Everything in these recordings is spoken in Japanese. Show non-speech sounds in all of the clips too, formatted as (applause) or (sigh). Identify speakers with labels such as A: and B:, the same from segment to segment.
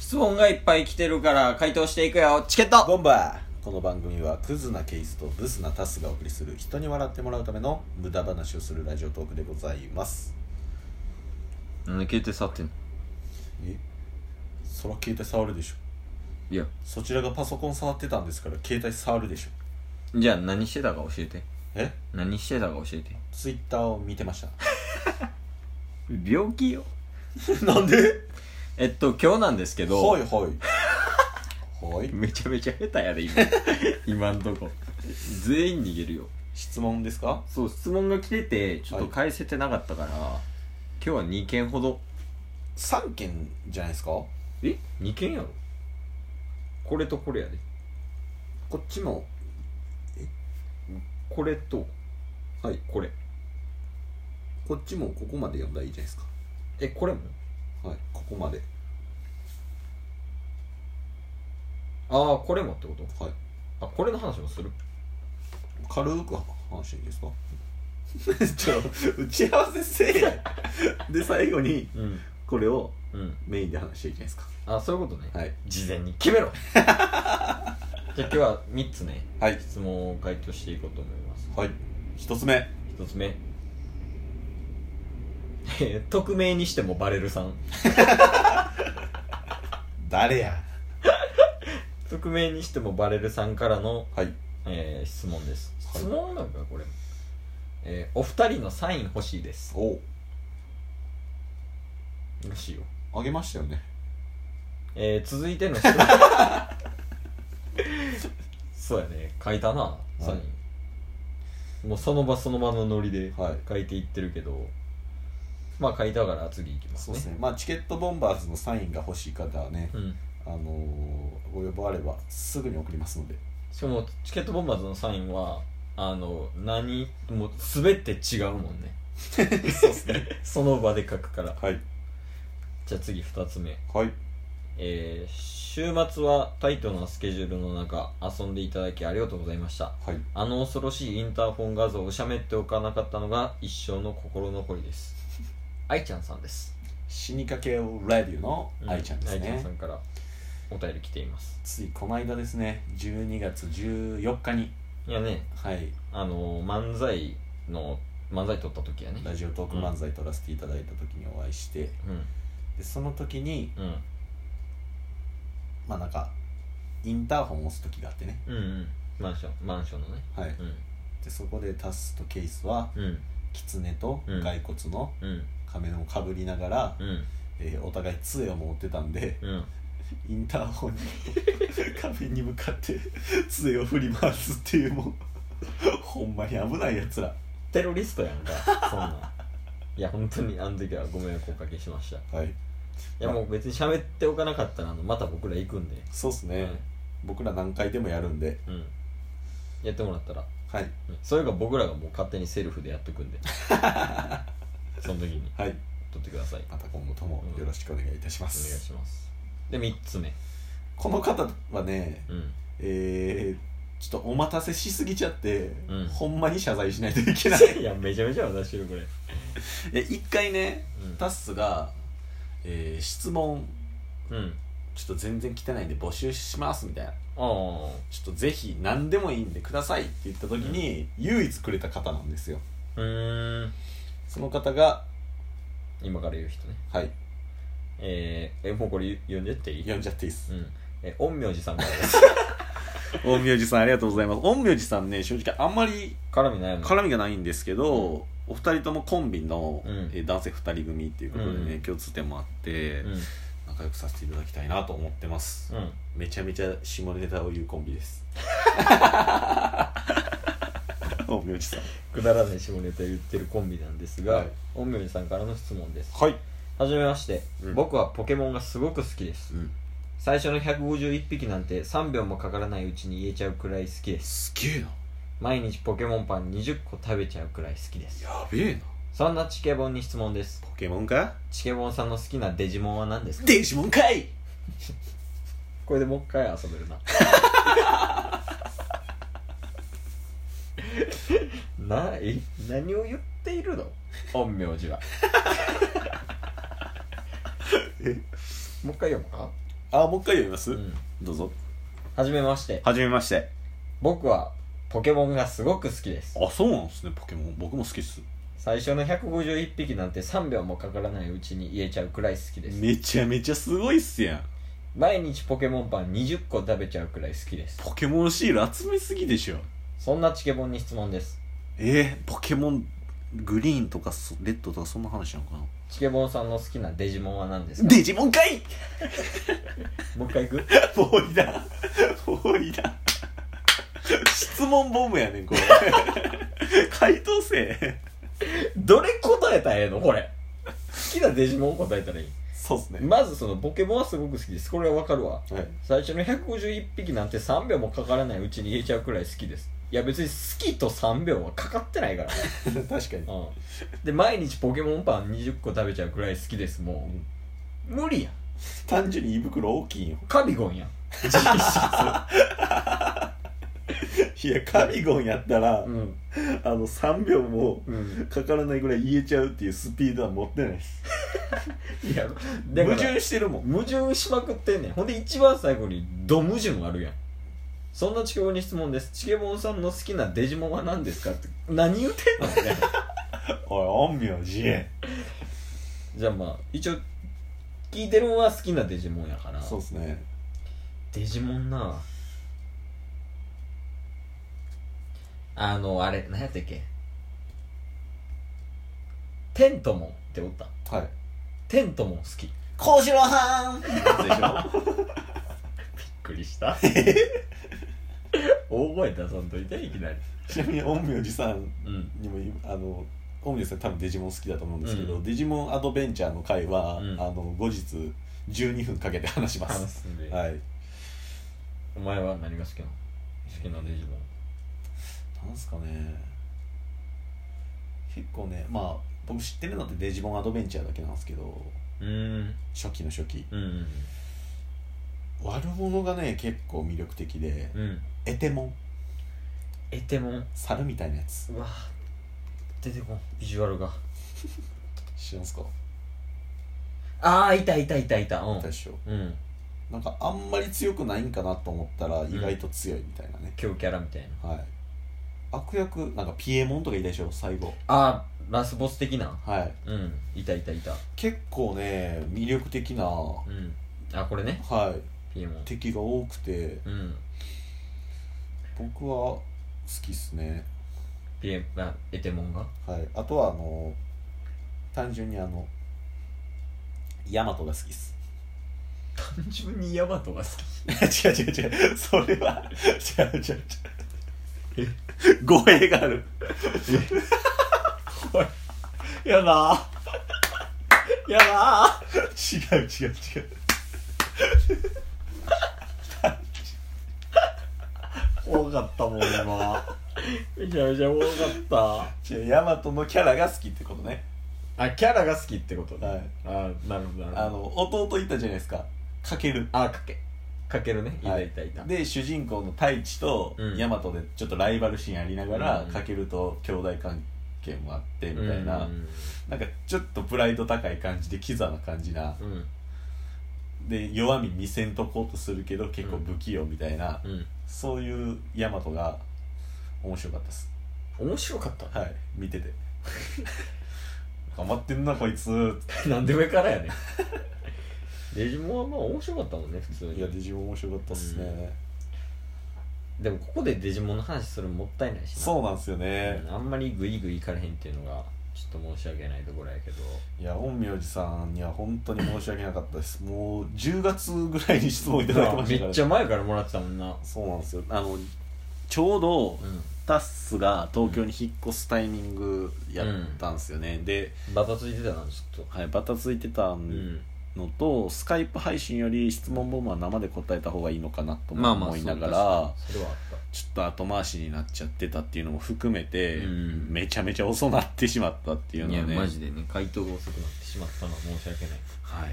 A: 質問がいっぱい来てるから回答していくよチケット
B: ボンバーこの番組はクズなケイスとブスなタスがお送りする人に笑ってもらうための無駄話をするラジオトークでございます
A: なんで携帯触ってんの
B: えそら携帯触るでしょ
A: いや
B: そちらがパソコン触ってたんですから携帯触るでしょ
A: じゃあ何してたか教えて
B: え
A: 何してたか教えて
B: ツイッターを見てました (laughs)
A: 病気よ
B: なんで
A: えっと今日なんですけど
B: はいはいはい
A: めちゃめちゃ下手やで今 (laughs) 今んとこ全員逃げるよ
B: 質問ですか
A: そう質問が来ててちょっと
B: はい
A: 返せてなかったから、今日は2件ほど
B: 3件じゃないですかこ
A: え2件やろこれとこれやで
B: っちも
A: これと
B: はい
A: これ
B: こっちもここまで読んだらいいじゃないですか
A: えこれも
B: はいここまで
A: ああこれもってこと
B: はい
A: あこれの話もする
B: 軽く話していいですか (laughs) ちょ打ち合わせせえやで最後に
A: うん
B: これを
A: うん
B: メインで話していいじゃないですか
A: あそういうことね、
B: はい
A: 事前に決め (laughs) ろじゃあ今日は3つね
B: はい
A: 質問を回答していこうと思います
B: はい一つ目
A: 1つ目えー匿名にしてもバレルさん
B: 誰や
A: 匿名にしてもバレルさんからの、
B: はい
A: えー質問です
B: はい
A: 質問なんかこれ、えーお二人のサイン欲しいです
B: お
A: らしいよ、
B: あげましたよね
A: えー続いての質 (laughs) 問そうやね書いたなサイン、
B: は
A: もうその場その場のノリで
B: はい
A: 書いていってるけどまあ書いたから次いきます
B: そう
A: ね
B: ですねまあチケットボンバーズのサインが欲しい方はね
A: うん
B: あのー、ご要望あればすぐに送りますので
A: しかもチケットボンバーズのサインはあの何もう全て違うもん
B: (laughs)
A: ねそうですねその場で書くから
B: はい
A: じゃあ次2つ目
B: はい
A: えー週末はタイトなスケジュールの中遊んでいただきありがとうございました
B: はい
A: あの恐ろしいインターフォン画像をしゃべっておかなかったのが一生の心残り
B: (laughs)
A: です愛ちゃんさんです
B: 死にかけをレビューの
A: う
B: 愛ちゃんです
A: 愛ちゃ
B: ね
A: んさんからお便り来ています
B: ついこの間ですね12月14日に
A: いやね
B: はい
A: あの漫才の漫才撮った時やね
B: ラジオトーク漫才撮らせていただいた時にお会いして、
A: うん
B: でその時に
A: うん
B: まあなんかインターホンを押す時があってね
A: うんうんマンションマンションのね
B: はいでそこでタスとケイスは
A: うんうん
B: 狐と
A: うん
B: 骸骨の
A: うん
B: 仮面をかぶりながら、
A: うん
B: えーお互い杖を持ってたんで
A: うん
B: インターホンに壁に向かって杖を振り回すっていうもうほんまに危ないやつら
A: テロリストやんかそんなん (laughs) いや本当にあの時はご迷惑おかけしましたい
B: はい
A: やもう別に喋っておかなかったらあのまた僕ら行くんで、
B: そうっすね、
A: はい
B: 僕ら何回でもやるんで
A: うんやってもらったら、
B: はい
A: うんそれが僕らがもう勝手にセルフでやっとくん (laughs) でその時に
B: はい
A: 撮ってくださいお
B: また今後ともよろしくお願いいたしま
A: 願い
B: す、
A: しますで3つ目
B: この方はね
A: うん
B: えー、ちょっとお待たせしすぎちゃって、
A: うん
B: ほんまに謝罪しないといけな
A: (laughs)
B: い
A: いやめちゃめちゃ私よこれ、
B: (laughs) え一回ね
A: う
B: タッスが、えー質問
A: ん、うん、
B: ちょっと全然来てないんで募集しますみたいな
A: ああ
B: ちょっとぜひ何でもいいんでくださいって言った時に、唯一くれた方なんですよ
A: うーん
B: その方が
A: 今から言う人ね
B: はい
A: えー、えもうこれ読んでっていい
B: 呼んじゃっていいです
A: うんえ陰陽師さんからです
B: (laughs) 陰陽師さんありがとうございます陰陽師さんね正直あんまり
A: 絡みないよね
B: 絡みがないんですけど、お二人ともコンビの、
A: うん
B: えー男性二人組っていうことでね、
A: うん
B: 共通点もあって、
A: うん
B: 仲良くさせていただきたいなと思ってます、
A: うん
B: めちゃめちゃ下ネタを言うコンビですおみおじさん
A: くだらない下ネタ言ってるコンビなんですが、
B: はい
A: 陰陽師さんからの質問です
B: はい、
A: はじめまして、
B: うん
A: 僕はポケモンがすごく好きです
B: うん、
A: 最初の151匹なんて3秒もかからないうちに言えちゃうくらい好きです
B: すげえな
A: 毎日ポケモンパン20個食べちゃうくらい好きです
B: やべえな
A: そんなチケボンに質問です
B: ポケモンか
A: チケボンさんの好きなデジモンは何ですか
B: デジモンかい
A: これでもう一回遊べるな (laughs) なえ何を言っているの陰陽師は
B: え
A: もう一回読むか
B: あもう一回読みます、
A: うん
B: どうぞ
A: はじめまして
B: はじめまして
A: 僕はポケモンがすごく好きです
B: あそうなんですねポケモン僕も好きっす
A: 最初の151匹なんて3秒もかからないうちに言えちゃうくらい好きです
B: めちゃめちゃすごいっすやん
A: 毎日ポケモンパン20個食べちゃうくらい好きです
B: ポケモンシール集めすぎでしょ
A: そんなチケボンに質問です
B: えー、ポケモングリーンとかそレッドとかそんな話なのかな
A: チケボンさんの好きなデジモンは何ですか
B: デジモンかい
A: (laughs) もう一回行く
B: ボーイだボーイだ質問ボムやねんこれ回答生
A: どれ答えたらええのこれ好きなデジモン答えたらいい
B: そうっすね、
A: まずそのポケモンはすごく好きですこれはわかるわ
B: はい、
A: 最初の151匹なんて3秒もかからないうちに言えちゃうくらい好きですいや別に好きと3秒はかかってないからね、
B: 確かに
A: うん、で毎日ポケモンパン20個食べちゃうくらい好きですもう無理やん
B: 単純に胃袋大きいんよ
A: カビゴンやん、
B: いやカビゴンやったら、
A: うん
B: あの3秒も
A: うん、
B: かからないぐらい言えちゃうっていうスピードは持ってないです
A: いやだ
B: 矛
A: から
B: 盾してるもん
A: 矛盾しまくってんねんほんで一番最後にド矛盾あるやんそんなチケボンに質問ですチケボンさんの好きなデジモンは何ですかって何言うてんのみたいな
B: おい陰陽師
A: じゃあまあ一応聞いてるのは好きなデジモンやから
B: そうっすね
A: デジモンなあのあれ何やったっけテントモンっておった
B: はい
A: テントモン好きびっ
B: 幸四郎はんでしょ
A: くりした (laughs) 大声出さんといていきなり
B: (laughs) ちなみに陰陽師さん
A: うん
B: にもあの陰陽師さん多分デジモン好きだと思うんですけど、
A: うん
B: デジモンアドベンチャーの回は、
A: うん
B: あの後日12分かけて話しま
A: 話
B: す
A: すんで、
B: はい
A: お前は何が好きなの好きなデジモン
B: なんすかね結構ねまあ僕知ってるのってデジモンアドベンチャーだけなんですけど
A: うーん
B: 初期の初期
A: うん
B: 悪者がね結構魅力的で
A: うんうん
B: エテモン
A: エテモン
B: 猿みたいなやつ
A: うわ出てこんビジュアルが
B: 知らんすか
A: ああいたいたいたいたうん
B: 大将
A: うん
B: なんかあんまり強くないんかなと思ったら意外と強いみたいなね、
A: 強キャラみたいな
B: はい悪役なんかピエモンとかいたでしょ最後
A: あーラスボス的な
B: はい
A: うんいたいたいた
B: 結構ね魅力的なは
A: うんあこれね
B: い
A: ピエモン
B: 敵が多くて
A: うん
B: 僕は好きっすね
A: ピエあエテモンが
B: はい、あとはあの単純にあのヤマトが好きっす (laughs)
A: 単純にヤマトが好
B: 違う違う違うそれは違う違う違う語弊がある (laughs)
A: きやだーやだ
B: 違う違う違う
A: ー多かったもん今めちゃめちゃ多かっ
B: 違うヤマトのキャラが好きってことね
A: たあキャラが好きってことね、
B: はい
A: あーなるほどなるほど
B: あの弟いたじゃないですかかける
A: あかけかけるねいたいたいた、
B: で主人公の太一と
A: うん
B: ヤマトでちょっとライバル心ありながら、
A: うん
B: かけると兄弟関係もあって
A: うん
B: みたいな、なんかちょっとプライド高い感じでキザな感じな
A: うん
B: で弱み見せんとこうとするけど結構不器用みたいな、
A: うん
B: そういうヤマトが面白かったです
A: 面白かった (laughs)
B: はい見てて頑張ってんなこいつ
A: なんで上からやねんデジモンはまあ面白かったもんね普通
B: いや
A: に
B: デジモン面白かったっすね、
A: うんでもここでデジモンの話するのもったいないしな
B: そうなんですよね
A: う、んあんまりグイグイいかれへんっていうのがちょっと申し訳ないところやけど
B: いや陰陽師さんには本当に申し訳なかったです (laughs) もう10月ぐらいに質問いただきましたから、
A: めっちゃ前からもらってたもんな
B: そうなんですよあのちょうど
A: うん
B: タッスが東京に引っ越すタイミングやったんですよね、で、
A: バタついてたなちょっ
B: はい、バタついてた
A: と
B: ん
A: うん
B: のとスカイプ配信より質問ボムは生で答えた方がいいのかなとも思いながら、
A: そうそれはあった
B: ちょっと後回しになっちゃってたっていうのも含めて、
A: うん
B: めちゃめちゃ遅なってしまったっていうのはね
A: でね回答が遅くなってしまったのは申し訳ない
B: はい、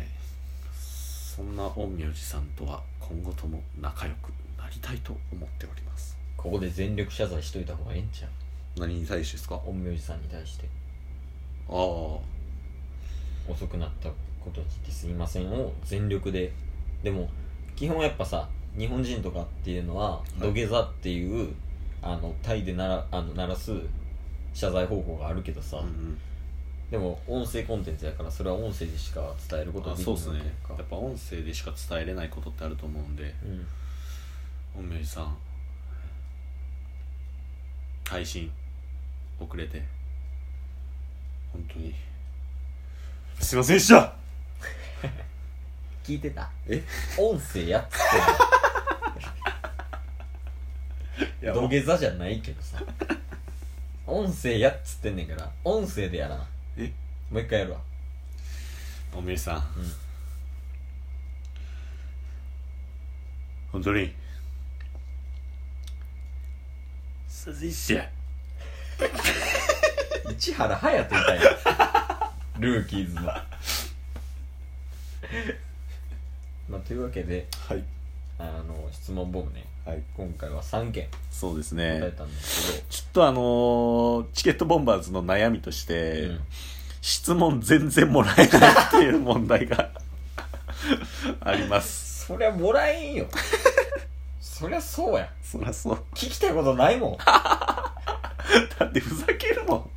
B: そんな陰陽師さんとは今後とも仲良くなりたいと思っております
A: ここで全力謝罪しといた方がええんちゃう
B: 何に対してですかあ
A: 陰陽師さんに対して
B: あ
A: 遅くなったことについてすいませんを全力ででも基本やっぱさ日本人とかっていうのは、
B: い
A: 土下座っていうあのタイでならあの鳴らす謝罪方法があるけどさ、
B: うん
A: でも音声コンテンツやからそれは音声でしか伝えること
B: あ
A: でき
B: そ
A: な
B: う
A: いわ
B: です
A: け
B: ね
A: やんか
B: やっぱ音声でしか伝えれないことってあると思うんで
A: うん
B: 本明寺さん配信遅れて本当にすいませんでした
A: 聞いてたえ音声やっつっ
B: い
A: てん
B: や
A: の土下座じゃないけど
B: (laughs)
A: さ音声やっつってんねんから音声でやらな
B: え
A: もう一回やるわ
B: おみりさん、
A: ん
B: 本当にすずし
A: 市原隼人いたやんルーキーズのまあというわけで
B: はい
A: あの質問ボムね
B: はい
A: 今回は3件
B: そうです
A: 答え
B: ね
A: たんですけど、
B: ちょっとあのーチケットボンバーズの悩みとして、
A: うん
B: 質問全然もらえないっていう問題が (laughs) あります
A: そりゃもらえんよそりゃそうや
B: そりゃそう
A: 聞きたいことないもん
B: だってふざけるもん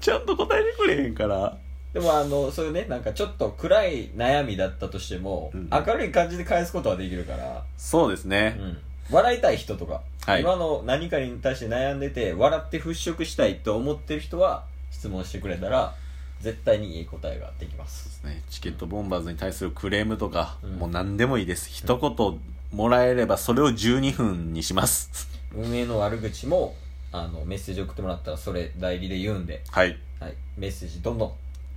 B: ちゃんと答えてくれへんから
A: でもあのそういうねなんかちょっと暗い悩みだったとしても、
B: うん
A: 明るい感じで返すことはできるから、
B: そうです
A: う
B: ね、
A: ん、笑いたい人とか、
B: はい
A: 今の何かに対して悩んでて笑って払拭したいと思ってる人は質問してくれたら絶対にいい答えができます
B: ねチケットボンバーズに対するクレームとか、
A: うん
B: もう何でもいいです一言もらえればそれを12分にします
A: 運営の悪口もあのメッセージ送ってもらったらそれ代理で言うんで、
B: はい
A: はい、メッセージどんどん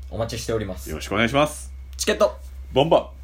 A: お待ちしております
B: よろしくお願いします
A: チケット
B: ボンバー